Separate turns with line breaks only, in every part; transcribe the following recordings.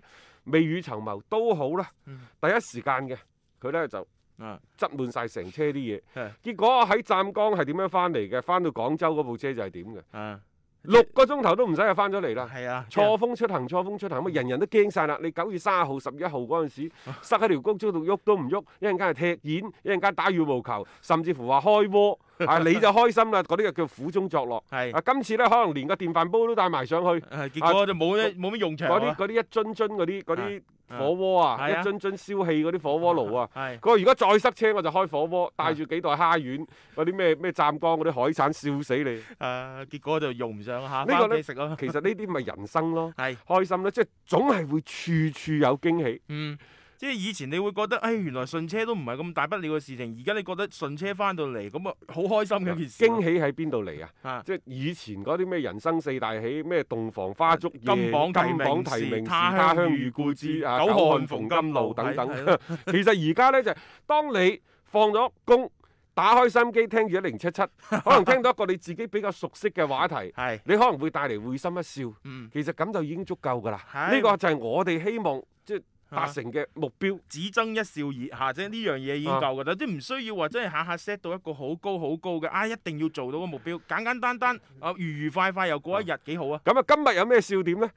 未雨綢繆都好啦
嗯，
第一時間嘅佢呢就
啊
擠滿晒成車啲嘢
係。
結果喺湛江係點樣翻嚟嘅？翻到廣州嗰部車就係點嘅？
啊
六個鐘頭都唔使就翻咗嚟啦。
係嗯啊
錯峰出行，錯峰出行，咁啊人人都驚晒啦！你九月三十號、十一號嗰陣時，
啊
塞喺條谷中度喐都唔喐，一陣間係踢毽，一陣間打羽毛球，甚至乎話開 窩，啊你就開心啦！嗰啲就叫苦中作樂。
係
啊，今次呢，可能連個電飯煲都帶埋上去。
啊結果就冇咩冇咩用場
嗰啲
啊。
嗰啲一樽樽嗰啲嗰啲
啊
火鍋啊，
係
一
啊
樽樽燒氣嗰啲火鍋爐啊。
係
佢話如果再塞車，我就開火鍋，帶住幾袋蝦丸，嗰啲咩咩湛江嗰啲海產，笑死你！
啊結果就用唔上下，
個
翻屋
咧
企食咯。
其實呢啲咪人生咯，
係
開心咯，即係總係會處處有驚喜。
嗯。即係以前你會覺得，誒、哎原來順車都唔係咁大不了嘅事情，而家你覺得順車翻到嚟，咁啊好開心嘅一件事喎。
驚喜喺邊度嚟啊？
啊！
即係以前嗰啲咩人生四大喜，咩洞房花燭夜、
金榜題名
金榜提名、
是
是
他
他
鄉
鄉
遇
遇
故
故
知
知啊、
久
久
旱逢
旱逢
甘
甘
露
露等等
係係咯。
其實而家呢，就係、當你放咗工，打開心機聽住一零七七，可能聽到一個你自己比較熟悉嘅話題，
係，
你可能會帶嚟會心一笑。
嗯，
其實咁就已經足夠㗎啦。
係
呢個就係我哋希望即係
啊
達成嘅目標。
只爭一笑而下，即係呢樣嘢已經夠㗎啦，即係唔需要話真係下下 set 到一個好高好高嘅，啊一定要做到個目標，簡簡單單，啊愉愉快快又過一日幾好啊！
咁啊，今日有咩笑點呢？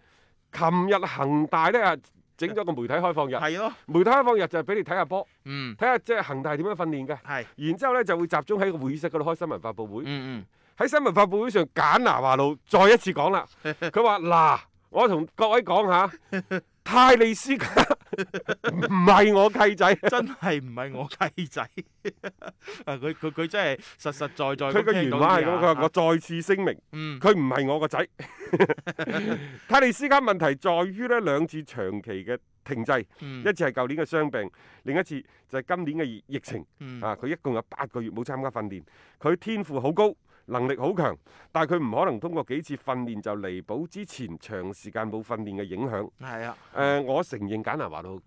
琴日恒大呢，啊整咗個媒體開放日。
係咯，
媒體開放日就係俾你睇下波，
嗯，
睇下即係恒大點樣訓練嘅。
係，
然之後呢，就會集中喺個會議室嗰度開新聞發佈會。
嗯
喺新聞發佈會上，簡拿華路再一 次講啦，佢話嗱，我同各位講下，泰利斯卡唔係我契仔。
嗯，真係唔係我契仔， 啊佢佢佢真係實實在在
佢
咁
嘅原
聽到
話
啲
係咁，
啊
佢話我再次聲明，
嗯
佢唔係我 個仔。泰利斯卡問題在於呢兩次長期嘅停滯，
嗯
一次係舊年嘅傷病，另一次就係今年嘅疫情。
嗯
啊，佢一共有八個月冇參加訓練，佢天賦好高，能力好強，但係佢唔可能通過幾次訓練就彌補之前長時間冇訓練嘅影響。誒、
係啊，
我承認簡拿華路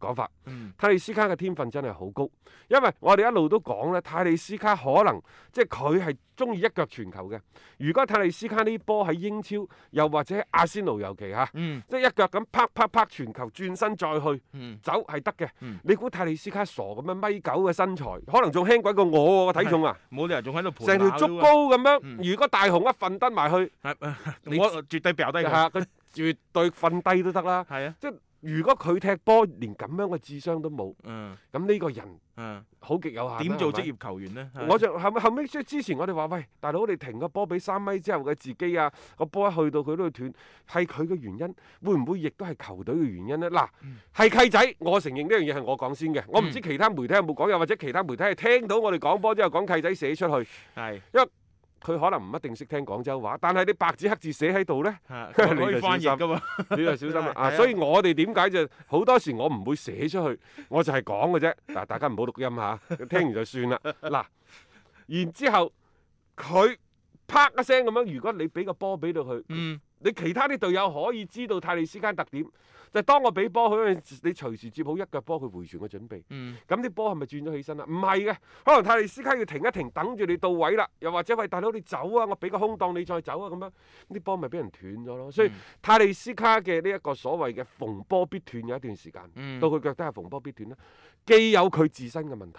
講法，
嗯
泰利斯卡嘅天分真係好高，因為我哋一路都講咧，泰利斯卡可能即係佢係中意一腳傳球嘅。如果泰利斯卡呢波喺英超，又或者喺阿仙奴尤其嚇，
嗯
即係一腳咁啪啪啪傳球，轉身再去。
嗯
走係得嘅。
嗯
你估泰利斯卡傻咁樣米九嘅身材，可能仲輕鬼過我個體重啊！
冇理由仲喺度盤
成條
馬
竹
騮啊，
篙咁
嗯
樣，如果大雄一瞓得埋去，你
啊我絕對掉低佢，
嚇佢絕對瞓低都得啦。
係啊，
即係如果佢踢波連咁樣嘅智商都冇，
嗯
咁呢個人
嗯，
好極有限啦。
點做職
啊係咪？
業球員呢？
我就後後尾即係之前我哋話喂，大佬你停個波俾三米之後嘅自己啊，個波一去到佢都會斷，係佢嘅原因，會唔會亦都係球隊嘅原因呢？嗱，係契仔，我承認呢樣嘢係我講先嘅，我唔知其他媒體有冇講，又或者其他媒體係聽到我哋講波之後講契仔寫出去，
係
佢可能唔一定識聽廣州話，但係你白紙黑字寫喺度呢，
係
你就
可以
小
翻譯
心
噶嘛，
你就小心啦
係
啊！
啊
所以我哋點解就好多時我唔會寫出去，我就係講嘅啫。嗱，大家唔好錄音嚇，聽完就算啦。嗱，然之後佢啪一聲咁樣，如果你俾個波俾到佢，
嗯
你其他啲隊友可以知道泰利斯間特點，就係當我俾波佢嗰陣時，你隨時接好一腳波佢回旋嘅準備。
嗯。
咁啲波係咪轉咗起身啊啦？唔係嘅，可能泰利斯卡要停一停，等住你到位啦。又或者喂大佬你走啊，我俾個空檔你再走啊咁樣，啲波咪俾人斷咗咯。
嗯
所以、泰利斯卡嘅呢一個所謂嘅逢波必斷有一段時間，
嗯
到佢腳底係逢波必斷啦，既有佢自身嘅問題，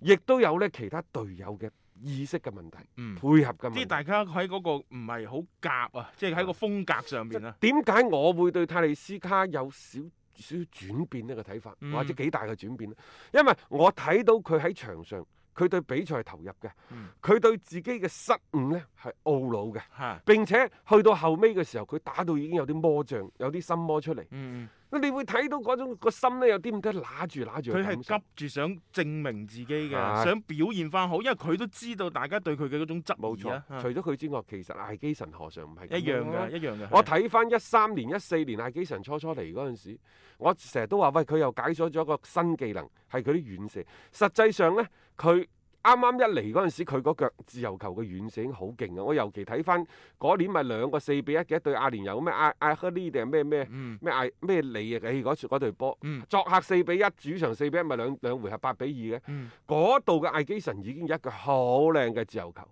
亦都有咧其他隊友嘅意識嘅問題、
嗯
配合嘅問
即係
題。
大家喺嗰個唔係好夾啊，即係喺個風格上面啊，
點解我會對泰利斯卡有少少轉變呢個睇法，
嗯
或者幾大嘅轉變呢？因為我睇到佢喺場上，佢對比賽係投入嘅
嗯，
佢、對自己嘅失誤呢係懊惱嘅，
嚇，
並且去到後尾嘅時候，佢打到已經有啲魔障，有啲心魔出嚟。
嗯，
咁你會睇到嗰種個心呢，有啲唔得揦住揦住嘅
佢
感受
係急住想證明自己嘅，
係
想表現翻好，因為佢都知道大家對佢嘅嗰種
冇
質疑
錯
啊，，嚇
除咗佢之外，其實艾基神何嘗唔係咁
一樣
啦
嘅，一樣嘅。
我睇翻一三年、一四年艾基神初初嚟嗰陣時，我成日都話喂，佢又解鎖咗一個新技能，係佢啲遠射。實際上呢，佢啱啱一嚟嗰陣時，佢嗰腳自由球嘅遠射已經好勁啊！我尤其睇翻嗰年咪兩個四比一嘅對阿聯酋咩艾艾克利定係咩咩
嗯
咩艾咩利啊？誒嗰嗰隊波
嗯
作客四比一，主場四比一，咪兩兩回合八比二嘅。
嗯
嗰度嘅艾基神已經有一個好靚嘅自由球，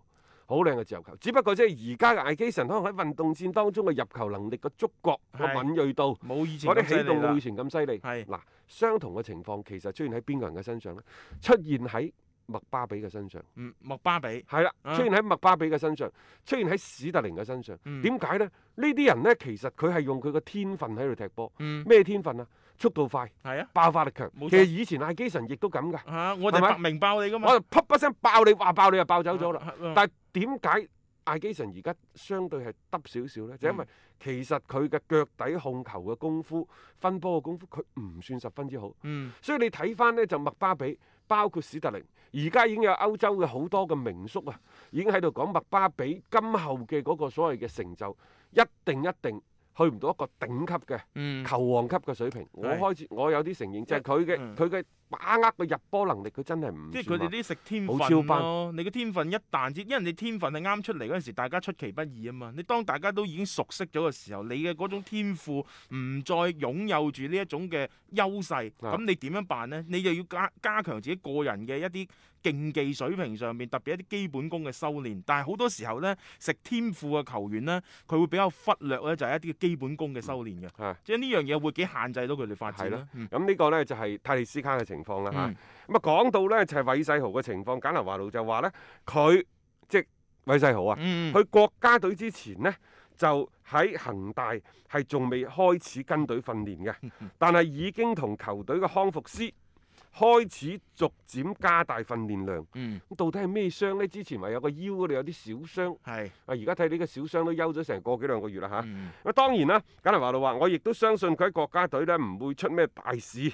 好靚嘅自由球。只不過即係而家嘅艾基神可能喺運動戰當中嘅入球能力嘅觸覺個
係
敏鋭度，
冇以前
嗰
咁
啲
犀
起動
利
冇
啦
以，前咁犀利。
係
嗱，相同嘅情況其實出現喺邊個人嘅身上呢？出現喺麥巴比嘅身上，
嗯，莫巴比，
係啦，
啊
出現喺麥巴比嘅身上，出現喺史特靈嘅身上。
嗯
點解呢？呢啲人呢，其實佢係用佢嘅天分喺度踢波。
嗯，
咩天分啊？速度快，
係啊，
爆發力強。
冇錯
其實以前艾基神亦都咁㗎。
嚇，啊我哋
係咪
白明爆你噶嘛，啊
我就噗一聲爆你，話爆你就爆走咗啦。
啦
但係點解艾基神而家相對係耷少少呢？就
嗯
因為其實佢嘅腳底控球嘅功夫、分波嘅功夫，佢唔算十分之好。
嗯
所以你睇翻呢，就麥巴比，包括史特靈，而家已經有歐洲嘅好多嘅名宿啊，已經喺度講麥巴比今後嘅嗰個所謂嘅成就，一定一定去唔到一個頂級嘅。
嗯，
球王級嘅水平，我
係
開始我有啲承認，就係佢嘅
嗯
佢嘅把握嘅入波能力，佢真係唔
即係佢
算話
哋啲食天
好超
分
班
咯，你嘅天分一旦之，因為你天分係啱出嚟嗰陣時，大家出其不意啊嘛。你當大家都已經熟悉咗嘅時候，你嘅嗰種天賦唔再擁有住呢一種嘅優勢，
啊
咁你點樣辦呢？你就要加加強自己個人嘅一啲競技水平上面，特別一啲基本功嘅修練。但係好多時候呢，食天賦嘅球員呢，佢會比較忽略呢，就係一啲基本功嘅修練嘅，
嗯係
即係呢樣嘢會幾限制到佢哋發展
係
啦
咯。
嗯
咁呢個呢，就係泰利斯卡嘅情況啦嚇。
嗯
咁啊講到呢，就係韋世豪嘅情況，簡拿華路就話呢，佢即係韋世豪啊，
嗯
佢國家隊之前呢，就喺恒大係仲未開始跟隊訓練
嗯
嘅，但係已經同球隊嘅康復師開始逐漸加大訓練量。
嗯，
咁到底係咩傷呢？之前咪有個腰嗰度有啲小傷，啊
係，
而家睇呢個小傷都休咗成個幾兩個月啦嚇。
嗯
咁啊當然啦，簡拿華路話：我亦都相信佢喺國家隊呢唔會出咩大事。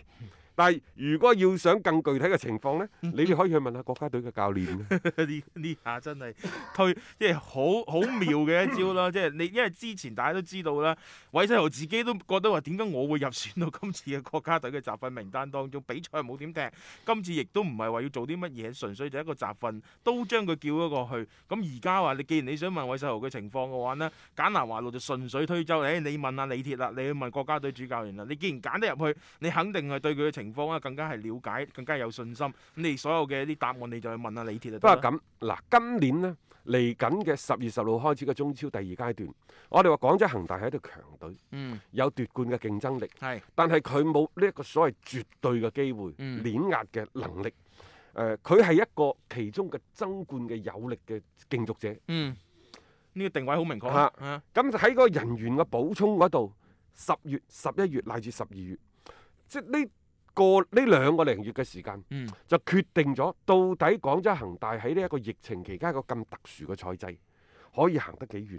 但係如果要想更具體嘅情況呢，你哋可以去問下國家隊嘅教練。
呢呢下真係推，即係好好妙嘅一招啦！即係你，因為之前大家都知道啦，韋世豪自己都覺得話點解我會入選到今次嘅國家隊嘅集訓名單當中，比賽冇點踢，今次亦都唔係話要做啲乜嘢，純粹就一個集訓，都將佢叫咗過去。咁而家話你，既然你想問韋世豪嘅情況嘅話呢，簡南華路就順水推舟，誒、你問下李鐵啦，你去問國家隊主教練啦，啊你既然揀得入去，你肯定係對佢嘅情況啊更加係了解，更加有信心。咁你所有嘅啲答案你就去問下李鐵就
不
得啦
過咁嗱，今年呢，嚟緊嘅十月十六開始嘅中超第二階段，我哋話廣州恒大係一隊強隊，
嗯，
有奪冠嘅競爭力，
係，
但係佢冇呢一個所謂絕對嘅機會、
嗯
碾壓嘅能力。誒、佢係一個其中嘅爭冠嘅有力嘅競逐者。
嗯，呢、個定位好明確
啊
啊，
咁就喺個人員嘅補充嗰度，十月、十一月乃至十二月，即係呢個呢兩個零月嘅時間，
嗯，
就決定咗到底廣州恒大喺呢一個疫情期間一個咁特殊嘅賽制，可以行得幾遠。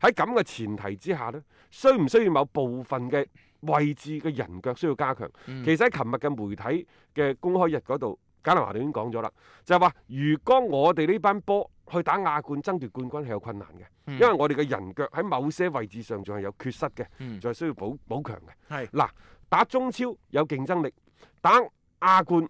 喺咁嘅前提之下呢，需唔需要某部分嘅位置嘅人腳需要加強？
嗯
其實喺琴日嘅媒體嘅公開日嗰度，簡南華已經講咗啦，就係話如果我哋呢班波去打亞冠爭奪冠軍係有困難嘅。
嗯
因為我哋嘅人腳喺某些位置上仲係有缺失嘅，
嗯
仲係需要補補強
係。
嘅嗱，打中超有競爭力，打亞冠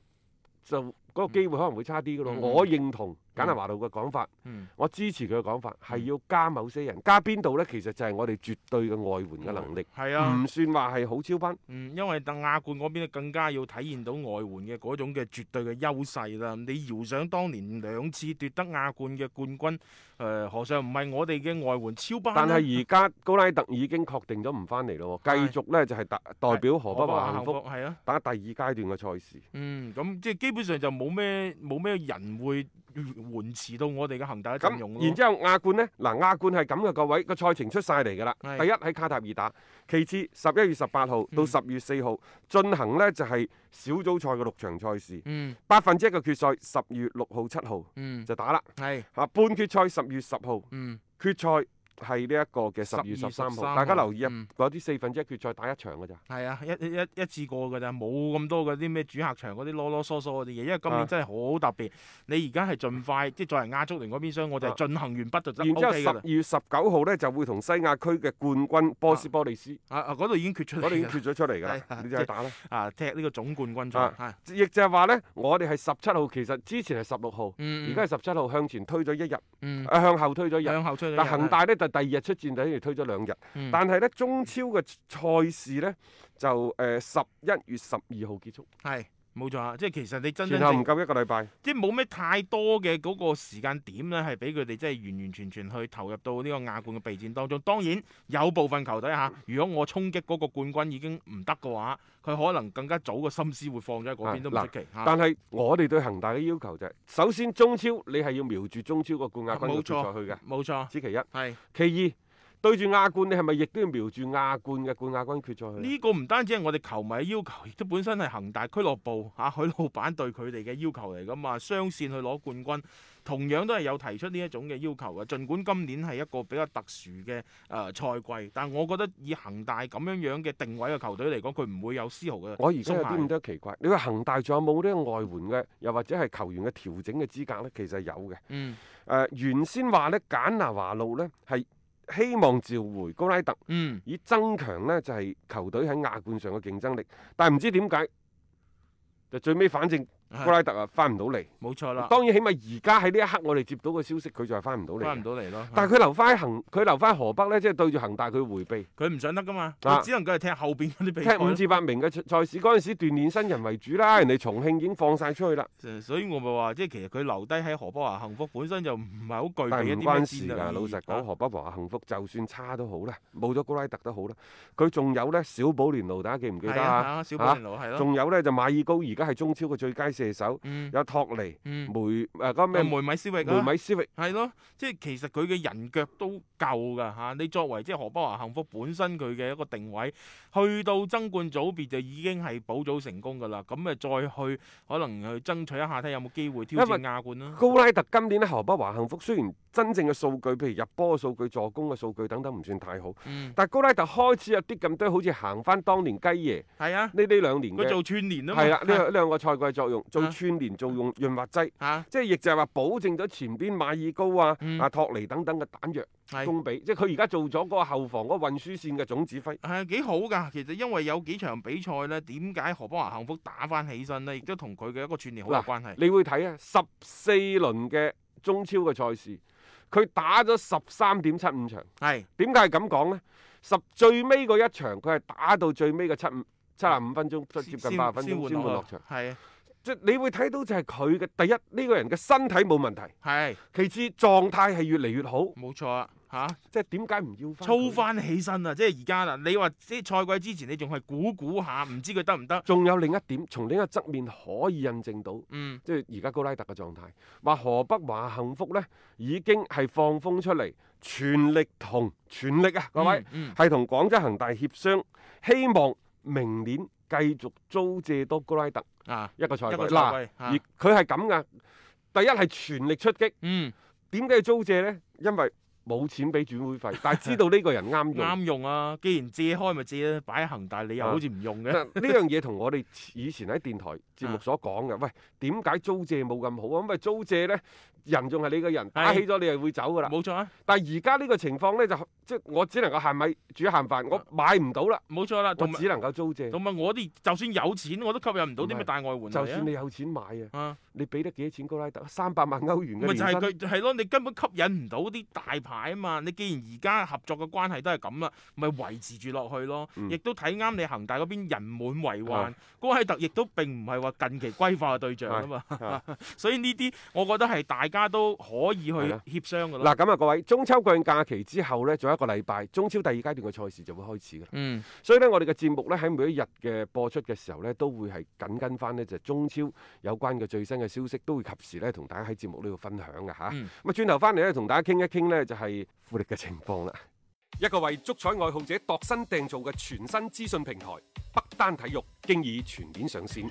就嗰個機會可能會差啲嘅咯。
嗯
我認同簡拿華路嘅講法，
嗯
我支持佢嘅講法，係要加某些人，加邊度呢？其實就係我哋絕對嘅外援嘅能力，
係啊，
唔算話係好超班。
嗯，因為鄧亞冠嗰邊更加要體現到外援嘅嗰種嘅絕對嘅優勢啦。你遙想當年兩次奪得亞冠嘅冠軍，誒、何嘗唔係我哋嘅外援超班
但
呢？
係而家高拉特已經確定咗唔翻嚟咯喎，
係
繼續呢就係代代表河北華夏幸福
係啊，
打第二階段嘅賽事。
嗯，咁即係基本上就冇咩冇咩人會緩持到我哋嘅恒大嘅陣容咯。
咁然之後亞冠呢，嗱亞冠係咁嘅，各位個賽程出晒嚟㗎啦。
係
第一喺卡塔爾打，其次十一月十八號到
嗯
十月四號進行呢就係小組賽嘅六場賽事，
嗯
百分之一嘅決賽十月六號、七號
嗯，
就打啦。
係
嚇，半決賽十月十號，
嗯
決賽係呢一個嘅十月十三號。
13
大家留意啊
嗯，
嗰啲四分之一決賽打一場㗎咋。
係啊，一一一一次過㗎咋，冇咁多嗰啲咩主客場嗰啲囉囉嗦嗦嗰啲嘢，因為今
啊
年真係好特別。你而家係盡快，即係作為亞足聯嗰邊商，我就
啊
係進行完畢就得
然之後
OK
十
㗎啦
二。月十九號呢，就會同西亞區嘅冠軍波斯波利 斯
啊啊！嗰度已經決出
嗰
嚟
度已經
㗎啦
決咗出嚟㗎
係
啦
啊，
你就去打啦。
啊！踢呢個總冠軍賽
啊
係
亦就係話呢，我哋係十七號，其實之前係十六號，
嗯
而家係十七號向前推咗一日，
嗯
啊向後推咗一日。
向後出
但恒大呢，就第二日出戰，等於推咗兩日。
但
但係呢，中超嘅賽事呢，就誒十一月十二號結束，
係冇錯啊！即係其實你真真
前後
正
唔夠一個禮拜。
即係冇咩太多嘅嗰個時間點咧，係俾佢哋即係完完全全去投入到呢個亞冠嘅備戰當中。當然有部分球隊嚇，如果我衝擊嗰個冠軍已經唔得嘅話，佢可能更加早嘅心思會放咗喺嗰邊都唔
啊嗱
出奇嚇。
但係我哋對恒大嘅要求就係，首先中超你係要瞄住中超個冠亞軍嘅
啊冇
決
錯
賽去嘅，
冇錯，
此其一。
係
其二，對住亞冠，你係咪亦都要瞄住亞冠嘅冠亞軍決賽去呢？啊
呢個唔單止係我哋球迷嘅要求，亦都本身係恒大俱樂部嚇許、老闆對佢哋嘅要求嚟噶嘛。雙線去攞冠軍，同樣都係有提出呢一種嘅要求嘅。儘管今年係一個比較特殊嘅誒、呃、賽季，但我覺得以恒大咁樣樣嘅定位嘅球隊嚟講，佢唔會有絲毫嘅
我而家
鬆
有啲咁
懈。
多奇怪，你話恒大仲有冇呢個外援嘅，又或者係球員嘅調整嘅資格呢？其實有嘅。
嗯
誒、原先話咧，簡拿華路咧係希望召回高拉特，
嗯，
以增強呢就係、球隊喺亞冠上嘅競爭力。但係唔知點解，就最尾反正高
係
拉特啊翻唔到嚟。
冇錯啦，
當然，起碼而家喺呢一刻，我哋接到嘅消息，佢就係翻唔到嚟
翻唔
嘅。
到嚟咯。
但係佢留翻喺恒，佢留翻河北呢，即係對住恒大佢迴避，
佢唔想得噶嘛，
啊
佢只能夠係踢後邊嗰啲比
踢
賽
五
咯。
至八名嘅賽事。嗰陣時鍛鍊新人為主啦，
嗯
人哋重慶已經放晒出去啦。
所以我咪話，即係其實佢留低喺河北華夏幸福本身就唔係好具備
但
一
係
啲
唔
咩
關
戰
事
略
㗎，老
意義
實
啊
講，河北華夏幸福就算差都好啦，冇咗高拉特都好啦，佢仲有呢小寶連奴，大家記唔記得
係
啊？
啊，小保連奴係咯。
仲有呢就馬爾高，而家係中超嘅最佳射手，
嗯
有托尼、梅
嗯，
誒嗰個
咩
咩
梅米斯域
梅
啊，
米斯域，
係咯，即係其實佢嘅人腳都夠㗎嚇、你作為即係河北華幸福本身佢嘅一個定位，去到爭冠組別就已經係保組成功㗎啦。咁啊再去可能去爭取一下睇有冇機會挑
因為
戰亞冠啦。
高拉特今年咧河北華幸福雖然真正嘅數據，譬如入波嘅數據、助攻嘅數據等等唔算太好，
嗯，
但係高拉特開始有啲咁多好似行翻當年雞爺
係啊，
呢呢兩年
佢
嘅
做串連啊嘛。
係啦，呢兩呢兩個賽季作用做
啊
串連做用潤滑劑。
嚇
即係亦就係話保證咗前邊馬爾高啊、
嗯
啊托尼等等嘅彈藥
係
供俾，即係佢而家做咗嗰個後防嗰個運輸線嘅總指揮。
係啊幾好㗎，其實因為有幾場比賽咧，點解河北華幸福打翻起身呢？亦都同佢嘅一個串聯好有
嗱
關係。
你會睇啊，十四輪嘅中超嘅賽事，佢打咗十三點七五場。
係
點解係咁講呢？十最尾嗰一場，佢係打到最尾嘅七五七十五分鐘，接近八十分鐘先換落場。
係啊
即係你會睇到就係佢嘅第一呢、個人嘅身體冇問題，
係
其次狀態係越嚟越好。
冇錯啊嚇，
即係點解唔要翻佢
操翻起身啊！即係而家啦，你話即係賽季之前你仲係估估下，唔知佢得唔得？
仲有另一點，從另一個側面可以印證到，
嗯，
即係而家高拉特嘅狀態，話河北華幸福呢已經係放風出嚟，全力同全力啊，各位
嗯，
係同廣州恒大協商，希望明年繼續租借多高拉特
嗯啊，
一個賽
一
季。
個
嗱，
賽季啊
而
嚇，
佢係咁噶，第一係全力出擊，
嗯，
點解要租借呢？因為冇錢俾轉會費，但係知道呢個人啱用。
啱用啊！既然借開咪借啦，擺喺恒大你又
啊
好似唔用嘅，
嗱呢樣嘢同我哋以前喺電台節目所講
啊
嘅，喂，點解租借冇咁好啊？因為租借呢，人仲係你嘅人，打起咗你係會走噶啦。
冇錯啊！
但係而家呢個情況呢，就即係我只能夠限米煮限飯，我買唔到啦，
冇錯啦，
我
同埋
只能夠租借。
同埋我哋就算有錢，我都吸引唔到啲咩
唔係
大外援嚟啊
就算你有錢買啊，
啊。
你俾得幾多錢高拉特？三百萬歐元嘅
咪
年
就係
薪，
佢係咯，你根本吸引唔到啲大牌啊嘛！你既然而家合作嘅關係都係咁啦，咪維持住落去咯。
嗯
亦都睇啱你恒大嗰邊人滿為患
啊，
高希特亦都並唔係話近期歸化嘅對象啊嘛
啊。
所以呢啲我覺得係大家都可以去
係啊
協商噶啦。
嗱咁啊，各位，中秋國慶假期之後呢，仲有一個禮拜，中超第二階段嘅賽事就會開始㗎啦。
嗯，
所以呢，我哋嘅節目呢，喺每一日嘅播出嘅時候呢，都會係緊跟翻呢，就係中超有關嘅最新嘅消息，都會及時呢，同大家喺節目呢度分享嘅嚇。咁
嗯
啊、轉頭翻嚟呢，同大家傾一傾呢，就係富力嘅情況啦。一個為足彩愛好者度身訂造嘅全新資訊平台北單體育，經已全面上線。